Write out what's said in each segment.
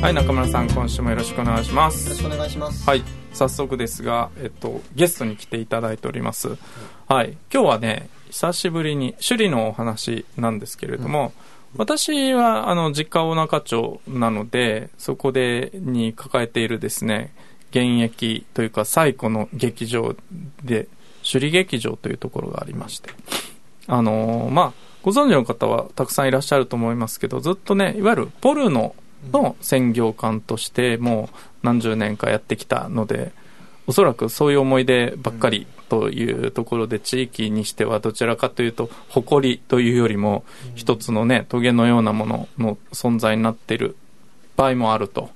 はい中村さん今週もよろしくお願いしまよろすしくお願いします。はい早速ですが、えっと、ゲストに来ていただいておりますはい今日はね久しぶりに首里のお話なんですけれども、私はあの実家小中町なのでそこでに抱えているですね現役というか最古の劇場で首里劇場というところがありましてあのーまあご存知の方はたくさんいらっしゃると思いますけどずっとねいわゆるポルノの専業館としてもう何十年かやってきたのでおそらくそういう思い出ばっかりというところで地域にしてはどちらかというと誇りというよりも一つのねトゲのようなものの存在になっている場合もあると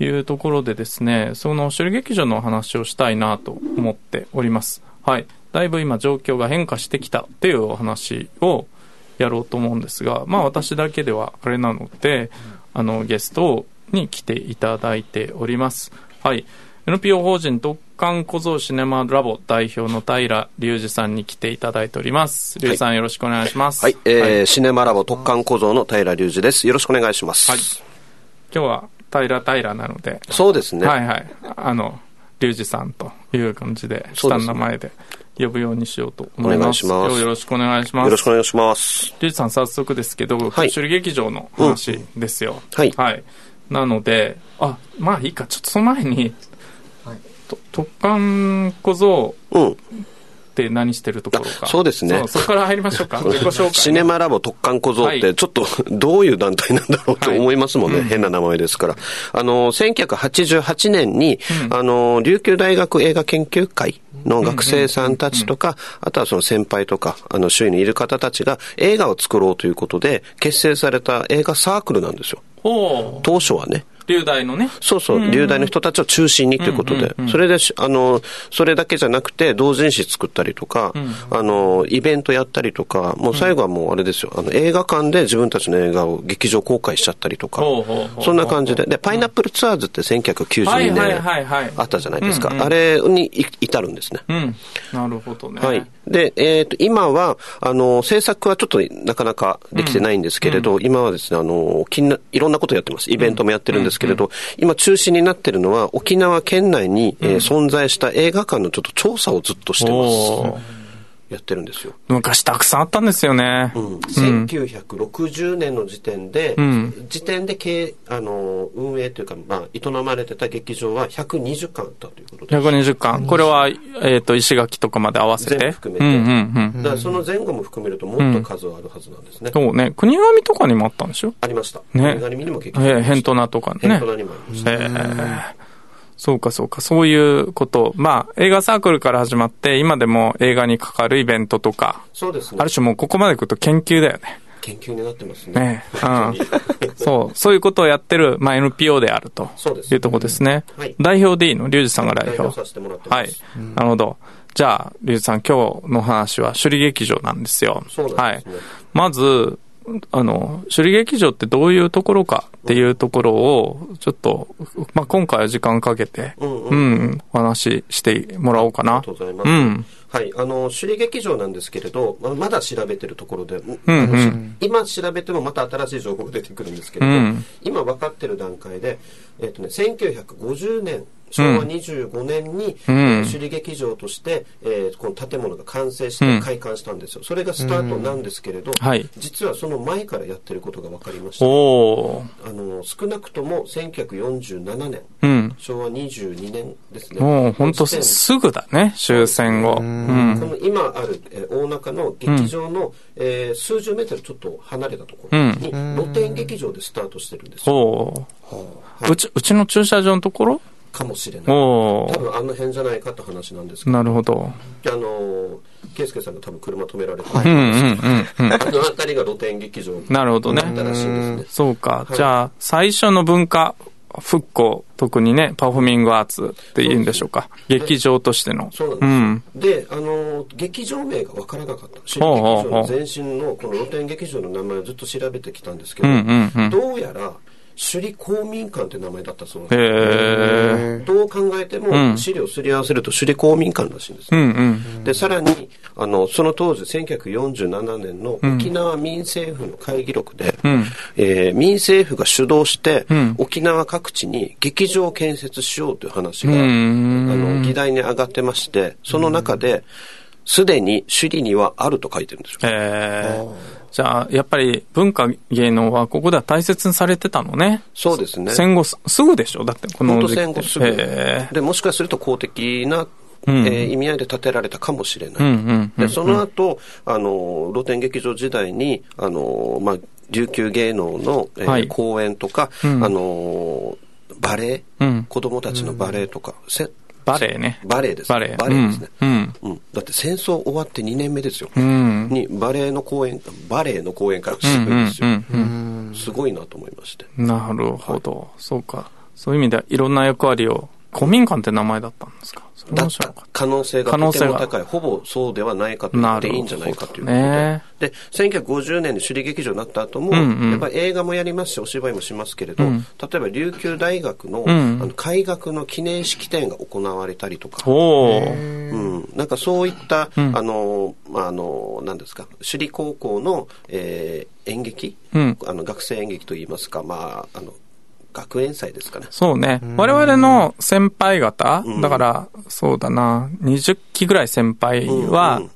いうところでですねその首里劇場のお話をしたいなと思っておりますはいだいぶ今状況が変化してきたというお話をやろうと思うんですがまあ私だけではあれなのであのゲストに来ていただいておりますはい NPO 法人特艦小僧シネマラボ代表の平隆二さんに来ていただいております隆二さんよろしくお願いしますはい、えーシネマラボ特艦構造の平隆二です。よろしくお願いします。はい今日は平平なのでそうですね。はいはい。あの、リュウジさんという感じで、そう下ですねの名前で呼ぶようにしようと思います。お願いします今日よろしくお願いします。よろしくお願いします。リュウジさん、早速ですけど、首里劇場の話ですよ。はいなので、あ、まあいいか、ちょっとその前に、はいと特艦小僧うん。って何してるところか。あそうですねそうそこから入りましょう か。自己紹介。シネマラボ特艦小僧っはて、いちょっと どういう団体なんだろうとはい思いますもんね。変な名前ですから。あの、1988年に、あの、琉球大学映画研究会の学生さんたちとか、あとはその先輩とか、あの、周囲にいる方たちが映画を作ろうということで、結成された映画サークルなんですよ。ほう。当初はね。龍大のね。そうそう、流大の人たちを中心にということで、それでし、あの、それだけじゃなくて、同人誌作ったりとか、あの、イベントやったりとか、もう最後はもうあれですよ、あの、映画館で自分たちの映画を劇場公開しちゃったりとかほうほうほうほ、うそんな感じで、で、パイナップルツアーズってはい1992はいはいはい年あったじゃないですか、あれにい至るんですね。うん。なるほどね。はい。で、えっ、と、今は、あの、制作はちょっとなかなかできてないんですけれど、今はですね、あの、沖縄、いろんなことやってます。イベントもやってるんですけれど、今中心になってるのは、沖縄県内に、えー存在した映画館のちょっと調査をずっとしておまーす。やってるんですよ。昔たくさんあったんですよね。うん、1960年の時点で、ん時点で経営あの運営というか、まあ、営まれてた劇場は120館あったということです。 120巻。これは、えっ、と、石垣とかまで合わせて。全部含めてうんうんだからその前後も含めるともっと数はあるはずなんですね。うん。そうね。国神とかにもあったんでしょありました。ねね。にも劇え場ありー、ましたヘントナとかね。ヘントナにもありました。えーそうかそうか、そういうこと。まあ、映画サークルから始まって、今でも映画にかかるイベントとか、そうですね。ある種もうここまで来ると研究だよね。研究になってますね。ねえ本当にそう、そういうことをやってる、まあ NPO であるとそうですいうとこですね。はい代表でいいのリュウジさんが代代表。表させてもらってます。はい。なるほど。じゃあ、リュウジさん、今日の話は首里劇場なんですよ。そうなんですねはい。まず、あの、首里劇場ってどういうところかっていうところを、ちょっと、まあ、今回は時間かけて、うんうんうん、お話ししてもらおうかありなが。とうございます。うん。はい。あの、首里劇場なんですけれど、ままだ調べてるところで、うんうんう今調べてもまた新しい情報が出てくるんですけれど、うん今分かってる段階で、えっ、とね、1950年、昭和25年に、んえー首里劇場として、えーこの建物が完成して開館したんですよ。それがスタートなんですけれど、はい実はその前からやってることが分かりました。おー。あの少なくとも1947年、うん。昭和22年ですね。もう、ほんとこの時点すすぐだね、終戦後。うん。この今ある、えー大中の劇場の、えー数十メートルちょっと離れたところに、露天劇場でスタートしてるんですよ。おー。はいうち、うちの駐車場のところかもしれない。お多ー。分あの辺じゃないかって話なんですけど、なるほど。あのー、圭介さんが多分車止められてる、うんうんうんうん。あの辺りが露天劇場なるほどね。だったらしいんですね。そうか。はいじゃあ、最初の文化復興、特にね、パフォーミングアーツって言うんでしょうか。劇場としての。そうなんです、であの劇場名が分からなかった新劇場の前身のこの露天劇場の名前をずっと調べてきたんですけど、うんうんうんどうやら首里公民館って名前だったそうなんへですえ。どう考えても資料すり合わせると首里公民館らしいんです、うんうん。でさらにあのその当時1947年の沖縄民政府の会議録で、えー民政府が主導して、沖縄各地に劇場を建設しようという話が、んあの議題に上がってましてその中で、すでに首里にはあると書いてるんですよ。えーじゃあ、やっぱり文化芸能はここでは大切にされてたのね。そうですね戦後すすぐでしょだってこ本の当時期戦後すぐ、えでもしかすると公的な、えー意味合いで建てられたかもしれない、んうんうんでその後あの露天劇場時代にあの、まあ、琉球芸能の、えーはい公演とか、あのバレエ、うん子供たちのバレエとか、せバレエね。バレエですバレエ。ですね、うん。うんだって戦争終わって2年目ですよ、うん。にバレエの公演バレエの公演からするんですよ、うんうんすごいなと思いましてうんなるほど。そうか。そういう意味ではいろんな役割を、古民館って名前だったんですかそれだ面っ白たかった。可能性が可能とて性もが高い、ほぼそうではないかと言っていいんじゃないかということで、なるで1950年に首里劇場になった後も、んうんやっぱり映画もやりますし、お芝居もしますけれど、例えば琉球大学の,、んあの開学の記念式典が行われたりとか、おーうん、なんかそういった、あの、まあ、あの、なんですか、首里高校の、えー演劇、うんあの学生演劇といいますか、まあ、あの、学園祭ですかね。そうね。我々の先輩方、だから、そうだな、20期ぐらい先輩は、うんうん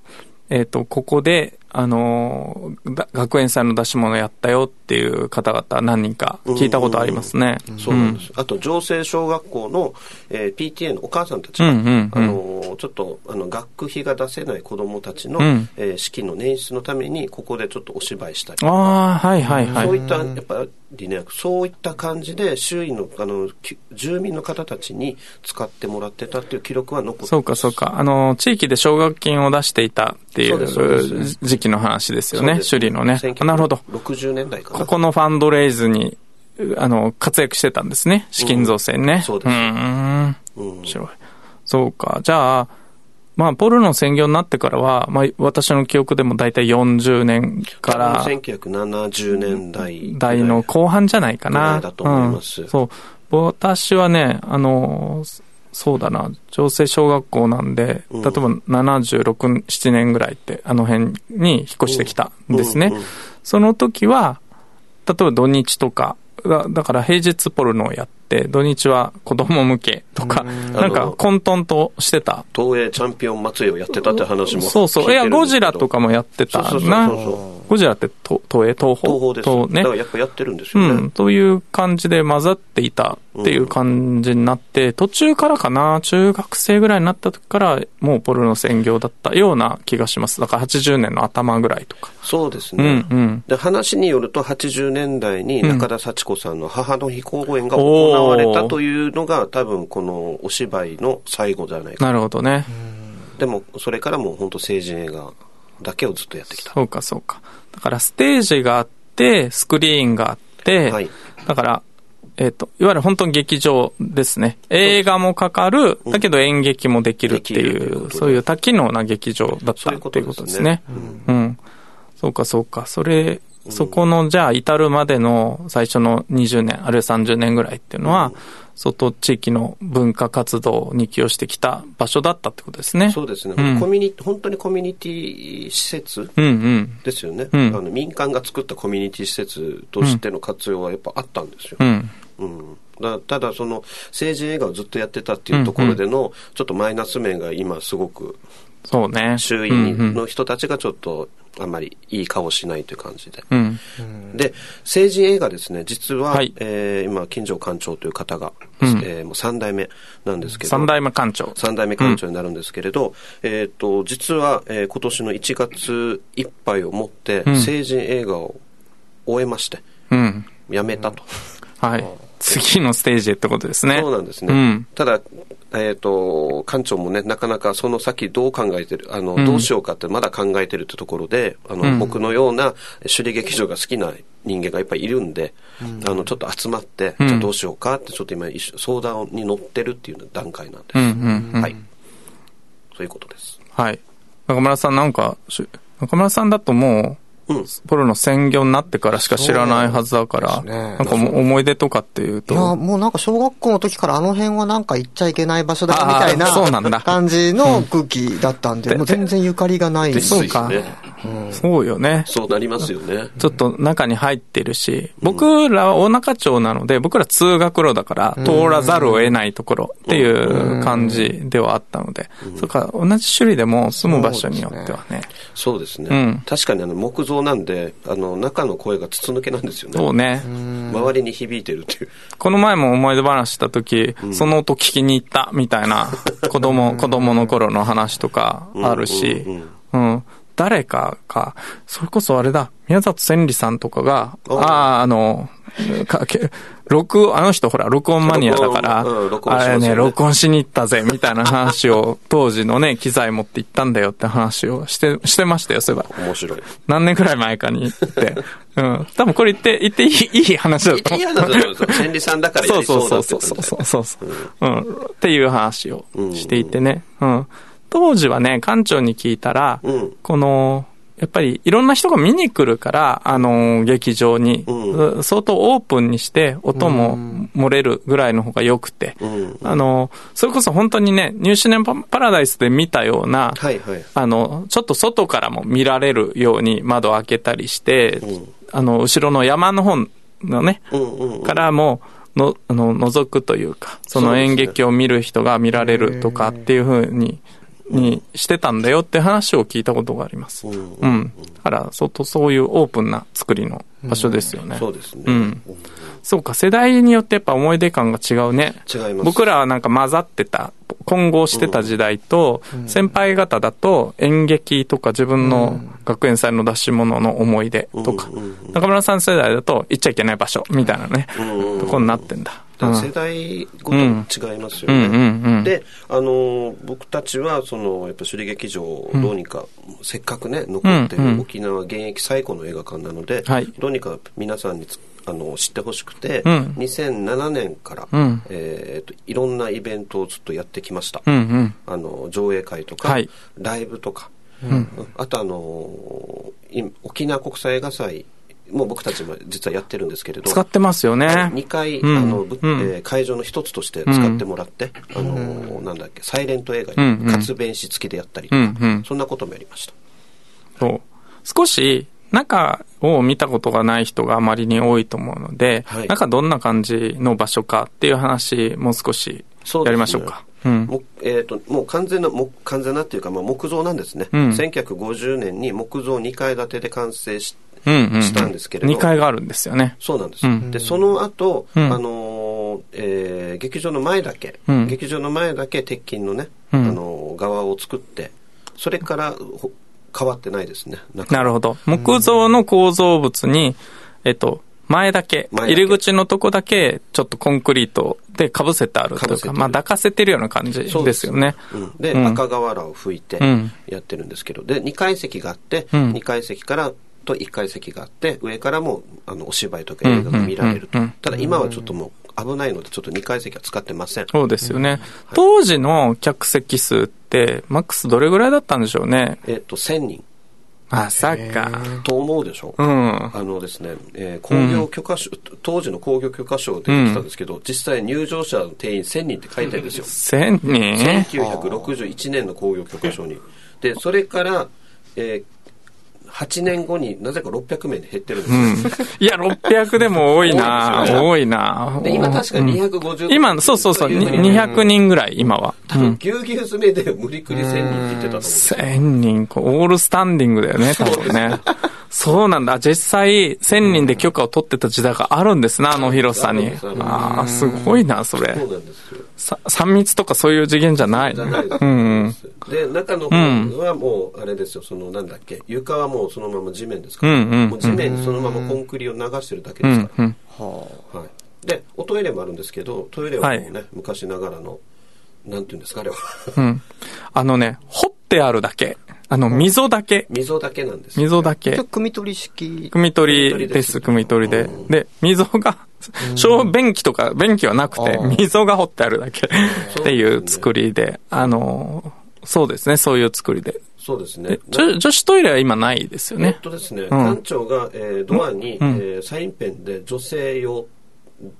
えっ、と、ここで、あのーだ学園祭の出し物やったよっていう方々何人か聞いたことありますね。そうなんです。あと、城西小学校の、えー PTA のお母さんたちが、うんうんうんあのーちょっと、あの、学区費が出せない子供たちの、うんえー資金の捻出のために、ここでちょっとお芝居したり。ああ、はいはいはい。そういった、やっぱりね、そういった感じで、周囲の、あの、き住民の方たちに使ってもらってたっていう記録は残ってますそうか、そうか。あの、地域で奨学金を出していたっていそうですそうでうす時期の話ですよそうねで。す首里のね。あなるほど。 60年代かな。ここのファンドレイズに、うあの、活躍してたんですね。資金造成にね。うんそうですーん。うん面白い。そうか。じゃあ、まあ、ポルノ専業になってからは、まあ、私の記憶でも大体40年から、 1970年代ぐらい代の後半じゃないかぐらな。いだと思いますうんそう。私はね、あの、そそうだな、調整小学校なんで、例えば76、7年ぐらいって、あの辺に引っ越してきたんですねうんうん。その時は、例えば土日とか、だだから平日ポルノをやって、土日は子供向けとか、なんあかの混沌としてた。東映チャンピオン祭りをやってたって話も聞いてるんですけど。そうそう。いや、ゴジラとかもやってたそうそうそうなそうそ。ゴジラってと東映、東宝東宝ですよ、東ねだからやっぱやってるんですよね、うん、という感じで混ざっていたっていう感じになって、途中からかな、中学生ぐらいになった時から、もうポルノ専業だったような気がします。だから80年の頭ぐらいとか。そうですうね、んうん。で話によると80年代に中田幸子さんの母の日公演が行われおたーというのが多分このお芝居の最後じゃないかなるほどね。でもそれからもう本当成人映画だけをずっとやってきたそうかそうか。だからステージがあって、スクリーンがあって、はいだから、えっ、と、いわゆる本当に劇場ですね。映画もかかる、だけど演劇もできるってできるっていいうこう、とでそういう多機能な劇場だっそたういうこってというでこすとねですね。うん。そうかそうか。それ、そこの、じゃあ至るまでの最初の20年、あるいは30年ぐらいっていうのは、外地域の文化活動に寄与してきた場所だったってことですね。そうですね、うんコミュニ本当にコミュニティ施設うんうん。ですよね、うんあの民間が作ったコミュニティ施設としての活用はやっぱあったんですよ、うん。うん、だただその成人映画をずっとやってたっていうところでのちょっとマイナス面が今すごくそうね。周囲の人たちがちょっとあんまりいい顔しないという感じで、うんうん。で成人映画ですね実は、はいえー今金城館長という方が、えーもう3代目なんですけど三代目館長。三代目館長になるんですけれど、えっ、と、実は、えー今年の1月いっぱいをもって、ん成人映画を終えまして、うん。やめたと。はい。次のステージへってことですね。そうなんですね。うんただ、えっ、と、館長もね、なかなかその先どう考えてる、あの、うんどうしようかってまだ考えてるってところで、あの、うん僕のような首里劇場が好きな人間がいっぱいいるんで、あの、ちょっと集まって、うんじゃあどうしようかって、ちょっと今一緒、相談に乗ってるっていう段階なんで、うんうんうんはい。そういうことです。はい。中村さんなんか、し中村さんだともうん。う、ポロの専業になってからしか知らないはずだから、そうですなねんかもう思い出とかっていういや、と、もうなんか小学校の時からあの辺はなんか行っちゃいけない場所だみたいあーそうなんだな感じの空気だったんで、もう全然ゆかりがない。ですそうよかね。そうよね。そうなりますよね。ちょっと中に入ってるし、僕らは大中町なので、僕ら通学路だから、通らざるを得ないところっていう感じではあったので、そうか、同じ種類でも住む場所によってはね、そうですね。うん確かにあの、木造なんで、あの、中の声が筒抜けなんですよね。そうね、周りに響いてるっていう。この前も思い出話した時、その音聞きに行ったみたい な、子供、子供の頃の話とかあるしうんうんうん、うん。誰かが、それこそあれだ、宮里千里さんとかが、あおあ、あの、かけ、録、あの人ほら、録音マニアだから、うん録音しますあよねれね、録音しに行ったぜ、みたいな話を、 当時のね、機材持って行ったんだよって話をして、してましたよ、そういえば。面白い。何年くらい前かに行って。うん。多分これ言って、言っていい、いい話だと思う。嫌なと思うんですよ。千里さんだからやそうりそそううだそっうてそ言うってたんだよね。そうそうそう、うん。っていう話をしていてね。うん。当時はね、館長に聞いたら、うんこの、やっぱりいろんな人が見に来るから、あのー劇場に、う相当オープンにして、音も漏れるぐらいの方が良くて、うんあのーそれこそ本当にね、ニューシネマパラダイスで見たような、はいはい。あの、ちょっと外からも見られるように窓を開けたりして、うんあの、後ろの山の方のね、うんうんうんからもの、あの、覗くというか、そそうのですね演劇を見る人が見られるとかっていうふうに、にしてたんだよって話を聞いたことがあります。ううんん。だから、相当そういうオープンな作りの場所ですよね。そうですね。うんそうか、世代によってやっぱ思い出感が違うね。違います僕らはなんか混ざってた、混合してた時代と、先輩方だと演劇とか自分の学園祭の出し物の思い出とかうんうんうん、中村さん世代だと行っちゃいけない場所みたいなねうんうんう、んとこになってんだ。だうからん世代ごとに違いますうよんうんうんうねん。で、あのー、僕たちは、その、やっぱ首里劇場をどうにか、せっかくね、残ってうんうんる沖縄現役最古の映画館なのではい、どうにか皆さんにつあの知ってほしくて、うん2007年から、うんえーといろんなイベントをずっとやってきました。うんうん。あの上映会とか、はいライブとか、あとあのい沖縄国際映画祭も僕たちも実はやってるんですけれど使ってますよね。 2回、うんあのぶうんえー会場の一つとして使ってもらって、あのなんだっけサイレント映画うんうんに活弁し付きでやったりとうか、んうん。そんなこともやりました。そう。少し中を見たことがない人があまりに多いと思うので、はい中どんな感じの場所かっていう話もう少しそうでやりすねましょうか。うん。もえー、ともう完全なも完全なっていうか、まあ、木造なんですね、うん1950年に木造2階建てで完成しうんうん、うん。したんですけれど2階があるんですよね。そうなんです。うんで、その後、うんあのーえー劇場の前だけ、うん劇場の前だけ鉄筋のね、うんあのー側を作って、それからほ変わってないですね。なんかなるほど。木造の構造物に、えっと、前だけ、前だけ入り口のとこだけ、ちょっとコンクリートで被せてあると被いうせてか、るまあ抱かせてるような感じそうですよね。うんで、うん赤瓦を拭いてうんやってるんですけど、で、2階席があって、うん2階席から、と1階席があって、上からもあのお芝居とか映画が見られると。うんうんうんただ今はちょっともう危ないので、ちょっと2階席は使ってません。そうですよね。当時の客席数って、マックスどれぐらいだったんでしょうね。えっ、と、1000人まさへか。ーと思うでしょうん。あのですね、えー工業許可証、当時の工業許可証で出てたんですけど、実際入場者の定員1000人って書いてあるんですよ。千人1961年の工業許可証に。で、それから、えー8年後になぜか600名に減ってるんですよ。いや、600でも多いな 多いですよね多いなで、今確か250、今、そうそうそう、といにふに200人ぐらい、今は。多分ぎゅうぎゅう詰めで無理くり1000人って言ってたと思うんですよ。 1000人、こうオールスタンディングだよね、多分ね。そうなんだ。実際、1000人で許可を取ってた時代があるんですな、あの広さにあるんですあるん。ですああ、すごいな、それそ。うなんですよ。さ3密とかそういう次元じゃないじゃないです。うん。で、中の方はもう、あれですよ、その、なんだっけ、床はもうそのまま地面ですから、うんうんもう地面にそのままコンクリを流してるだけですから。うん。ははい、でおトイレもあるんですけどトイレはもうね、は昔ながらのなんていうんですか、あれは。うん。あのね、掘ってあるだけ。あの、溝だけ。溝だけなんですよ、溝だけ一応、。組取り式。汲み取りです、汲み取りで。で、溝が、小便器とか、便器はなくてあー、溝が掘ってあるだけーっていう作りで、あの、そうですね、そういう作りで。そうですねで。女女子トイレは今ないですよネねッ。トですね、館長が、えードアに、んえーサインペンで女性用、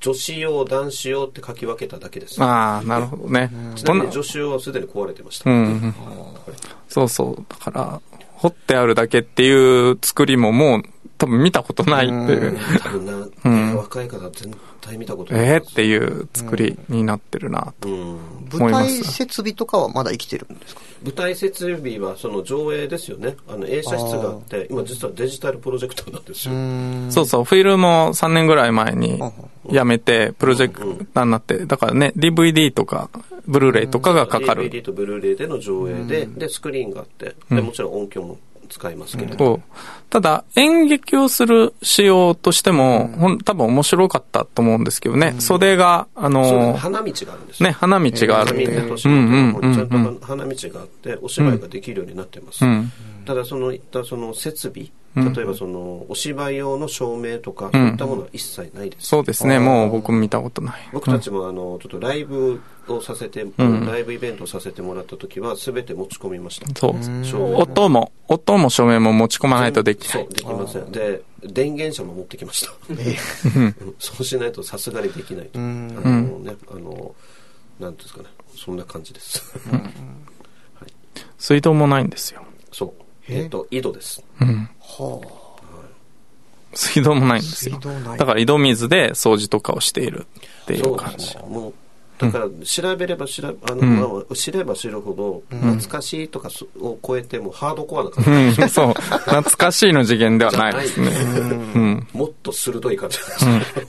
女子用、男子用って書き分けただけです。ああ、なるほどね。ちどなんなみに女子用はすでに壊れてました。うんうんそうそう。だから、掘ってあるだけっていう作りももう多分見たことないっていう。多分な、若い方全体見たことない。えーっていう作りになってるなと。うん思舞いま台す設備とかはまだ生きてるんですか舞台設備はその上映ですよね。あの映写室があって、今実はデジタルプロジェクターなんですよ。そうそう、フィルムを3年ぐらい前にんやめて、プロジェクターになって、だからね、DVD とか、ブルーレイとかがかか DVD る。とブルーレイでの上映で、で、スクリーンがあって、でもちろん音響も使いますけれど。そうただ、演劇をする仕様としても、ほん多分面白かったと思うんですけどね、袖が、あそうですのね、花道があるんですよね、花道があるって花いう道。うのんうん都う市んちうゃん。んと花道があって、お芝居ができるようになってます。んただ、そのいったその設備、例えばそのお芝居用の照明とか、そういったものは一切ないです。そうですね、もう僕も見たことない。僕たちもあのちょっとライブをさせて、ライブイベントをさせてもらった時は、すべて持ち込みました。そう。照明も音も、音も照明も持ち込まないとできなそ。いうできませんで電源車も持ってきま したうんそうしないとさすがにできないとあのねあのなんていうんですかねそんな感じです水道もないんですよ。 そうえっと井戸ですは水道もないんあ。です水よ。道ない。だから井戸水で掃除とかをしているっていう感じ。そうなんですよもうだから調べれば調べあの、まあ、知れば知るほど懐かしいとかそを超えてもうハードコアな感じ、うん、そう。懐かしいの次元ではないですね。うん。もっと鋭い感じなんですよ、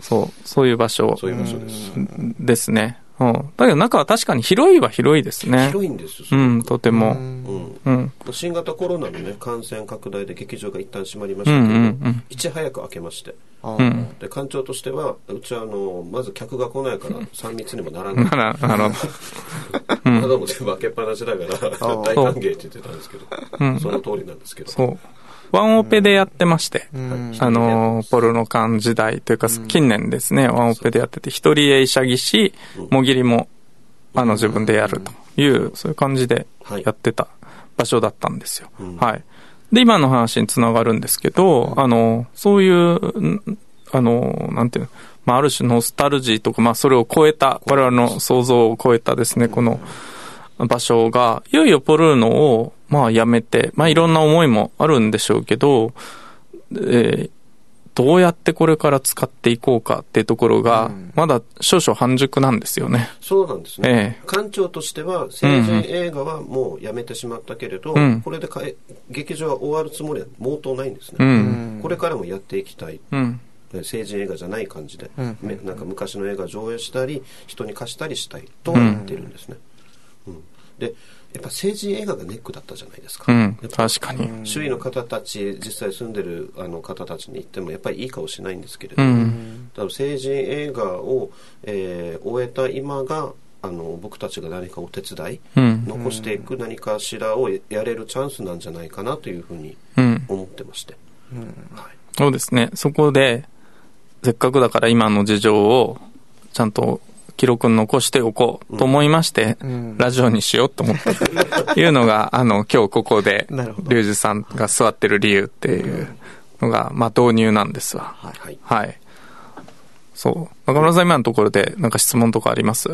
そう。そういう場所 そういう場所です、ですね。うん。だけど中は確かに広いは広いですね。広いんですよ、うん、とても。うんうん。新型コロナの、ね、感染拡大で劇場が一旦閉まりましたけうんど、うんうんいち早く開けましてあうん。で館長としてはうちはあのまず客が来ないから3密にもならないなら、なるほ窓も全部開けっぱなしだからあ大歓迎って言ってたんですけど、うん その通りなんですけど、そう。ワンオペでやってまして。うん。あのーポルノ館時代というか、近年ですね、ワンオペでやってて、一人映写技師、もぎりも、あの、自分でやるという、そういう感じではいやってた場所だったんですよ。うんはい。で、今の話につながるんですけど、あのーそういう、んあのーなんていうの、まあ、ある種ノスタルジーとか、まあ、それを超えた、我々の想像を超えたですね、この、場所が、いよいよポルーノを、まあ、やめて、まあ、いろんな思いもあるんでしょうけど、えーどうやってこれから使っていこうかっていうところが、まだ少々半熟なんですよね。そうなんですえね、え館長としては成人映画はもうやめてしまったけれど、うんこれでかえ劇場は終わるつもりは毛頭ないんですね、うん。これからもやっていきたいうん。成人映画じゃない感じで、んめなんか昔の映画上映したり人に貸したりしたいと言ってるんですね、うんでやっぱ成人映画がネックだったじゃないですか、うんやっ。ぱ確かに。周囲の方たち実際住んでるあの方たちに言ってもやっぱりいい顔しないんですけれうど、ん。だから成人映画を、えー終えた今があの僕たちが何かお手伝い、うん。残していく何かしらをややれるチャンスなんじゃないかなというふうにうん。思ってまして、はいそうですね。そこで、せっかくだから今の事情を、ちゃんと記録に残しておこうと思いまして、んラジオにしようと思ったというのが、 あの、今日ここで、リなるほどュウジさんが座ってる理由っていうのが、まあ導入なんですわ。はいはい。そう。中村さん、今のところで、なんか質問とかあります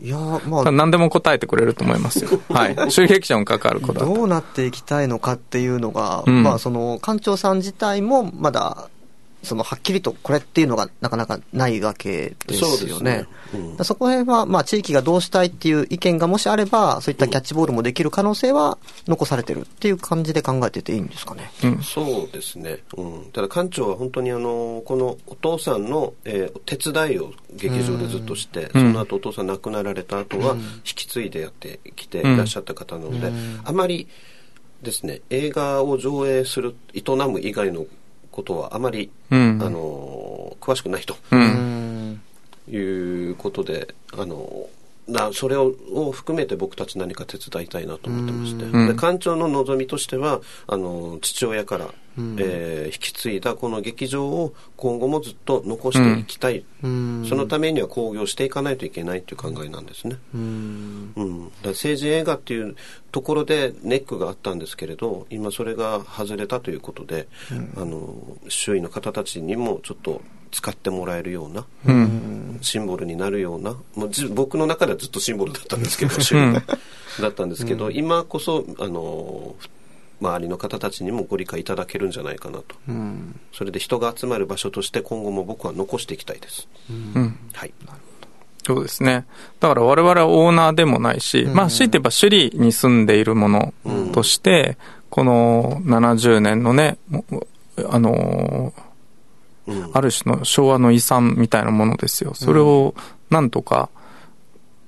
いやーまあ、何でも答えてくれると思いますよ。 はい。襲撃者も関わることだとどうなっていきたいのかっていうのが、うんまあその館長さん自体もまだそのはっきりとこれっていうのがなかなかないわけですよね。そうですねうんだからそこら辺は、まあ、地域がどうしたいっていう意見がもしあれば、そういったキャッチボールもできる可能性は残されてるっていう感じで考えてていいんですかね。そうですね、うん、ただ館長は本当にあのこのお父さんの、えー手伝いを劇場でずっとして、その後お父さん亡くなられた後は引き継いでやってきていらっしゃった方なので、あまりですね映画を上映する営む以外のことはあまり、うんあの詳しくないとう。うんん。いうことで、あのなそれをを含めて僕たち何か手伝いたいなと思ってまして、んで館長の望みとしてはあの父親から、えー引き継いだこの劇場を今後もずっと残していきたい、うんそのためには興行していかないといけないという考えなんですね。うんうん、だから成人映画っていうところでネックがあったんですけれど今それが外れたということで、あの周囲の方たちにもちょっと使ってもらえるような、シンボルになるようなもうじ僕の中ではずっとシンボルだったんですけど周囲がだったんですけど、今こそあの周りの方たちにもご理解いただけるんじゃないかなと、うんそれで人が集まる場所として今後も僕は残していきたいです。うん。はいそうですね。だから我々はオーナーでもないし、うんまあ強いて言えば首里に住んでいるものとして、この70年のね、もあのー、うんある種の昭和の遺産みたいなものですよ。それをなんとか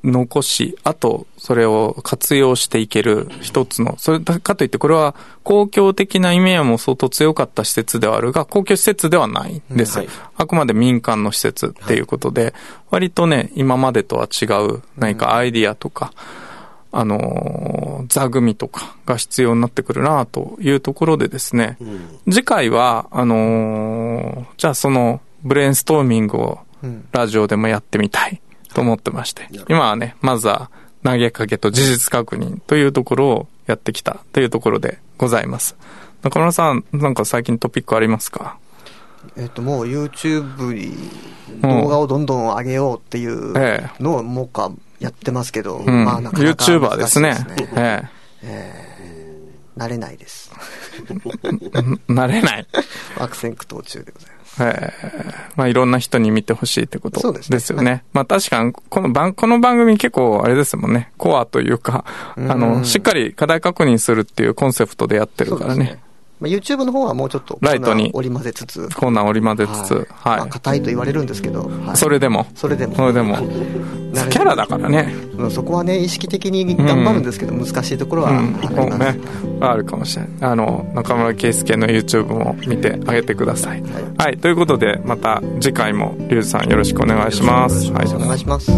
残し、あとそれを活用していける一つの、それだかといってこれは公共的な意味合いも相当強かった施設ではあるが、公共施設ではないんですよ。うんはあくまで民間の施設っていうことで、割とね、今までとは違う何かアイディアとか、あのー座組とかが必要になってくるなというところでですね、うん次回は、あのーじゃあそのブレインストーミングをうんラジオでもやってみたいと思ってまして、今はね、まずは投げかけと事実確認というところをやってきたというところでございます。中村さん、なんか最近トピックありますかえっと、もう YouTube に動画をどんどん上げようっていうええのをもうかやってますけど、うん。まあなかなか YouTuber で難しすいね。え慣れないです。 え。慣れない。悪戦苦闘中でございます。えーまあいろんな人に見てほしいってことそうでですすよねね。まあ確かに、この番、この番組結構あれですもんね、コアというか、あんの、しっかり課題確認するっていうコンセプトでやってるからそうでね。すまあ、YouTube の方はもうちょっとライトに織り交ぜつつ、コーナー織り交ぜつつ、はい。まあ、硬いと言われるんですけど、はいそれでも、それでもそれでも、慣れキャラだからね。うんそこはね意識的に頑張るんですけど、難しいところはあうりん、もうます、ね、あるかもしれない。あの、中村圭介の YouTube も見てあげてください。はいい、ということで、また次回も、リュウジさんよろしくお願いします。お願いします。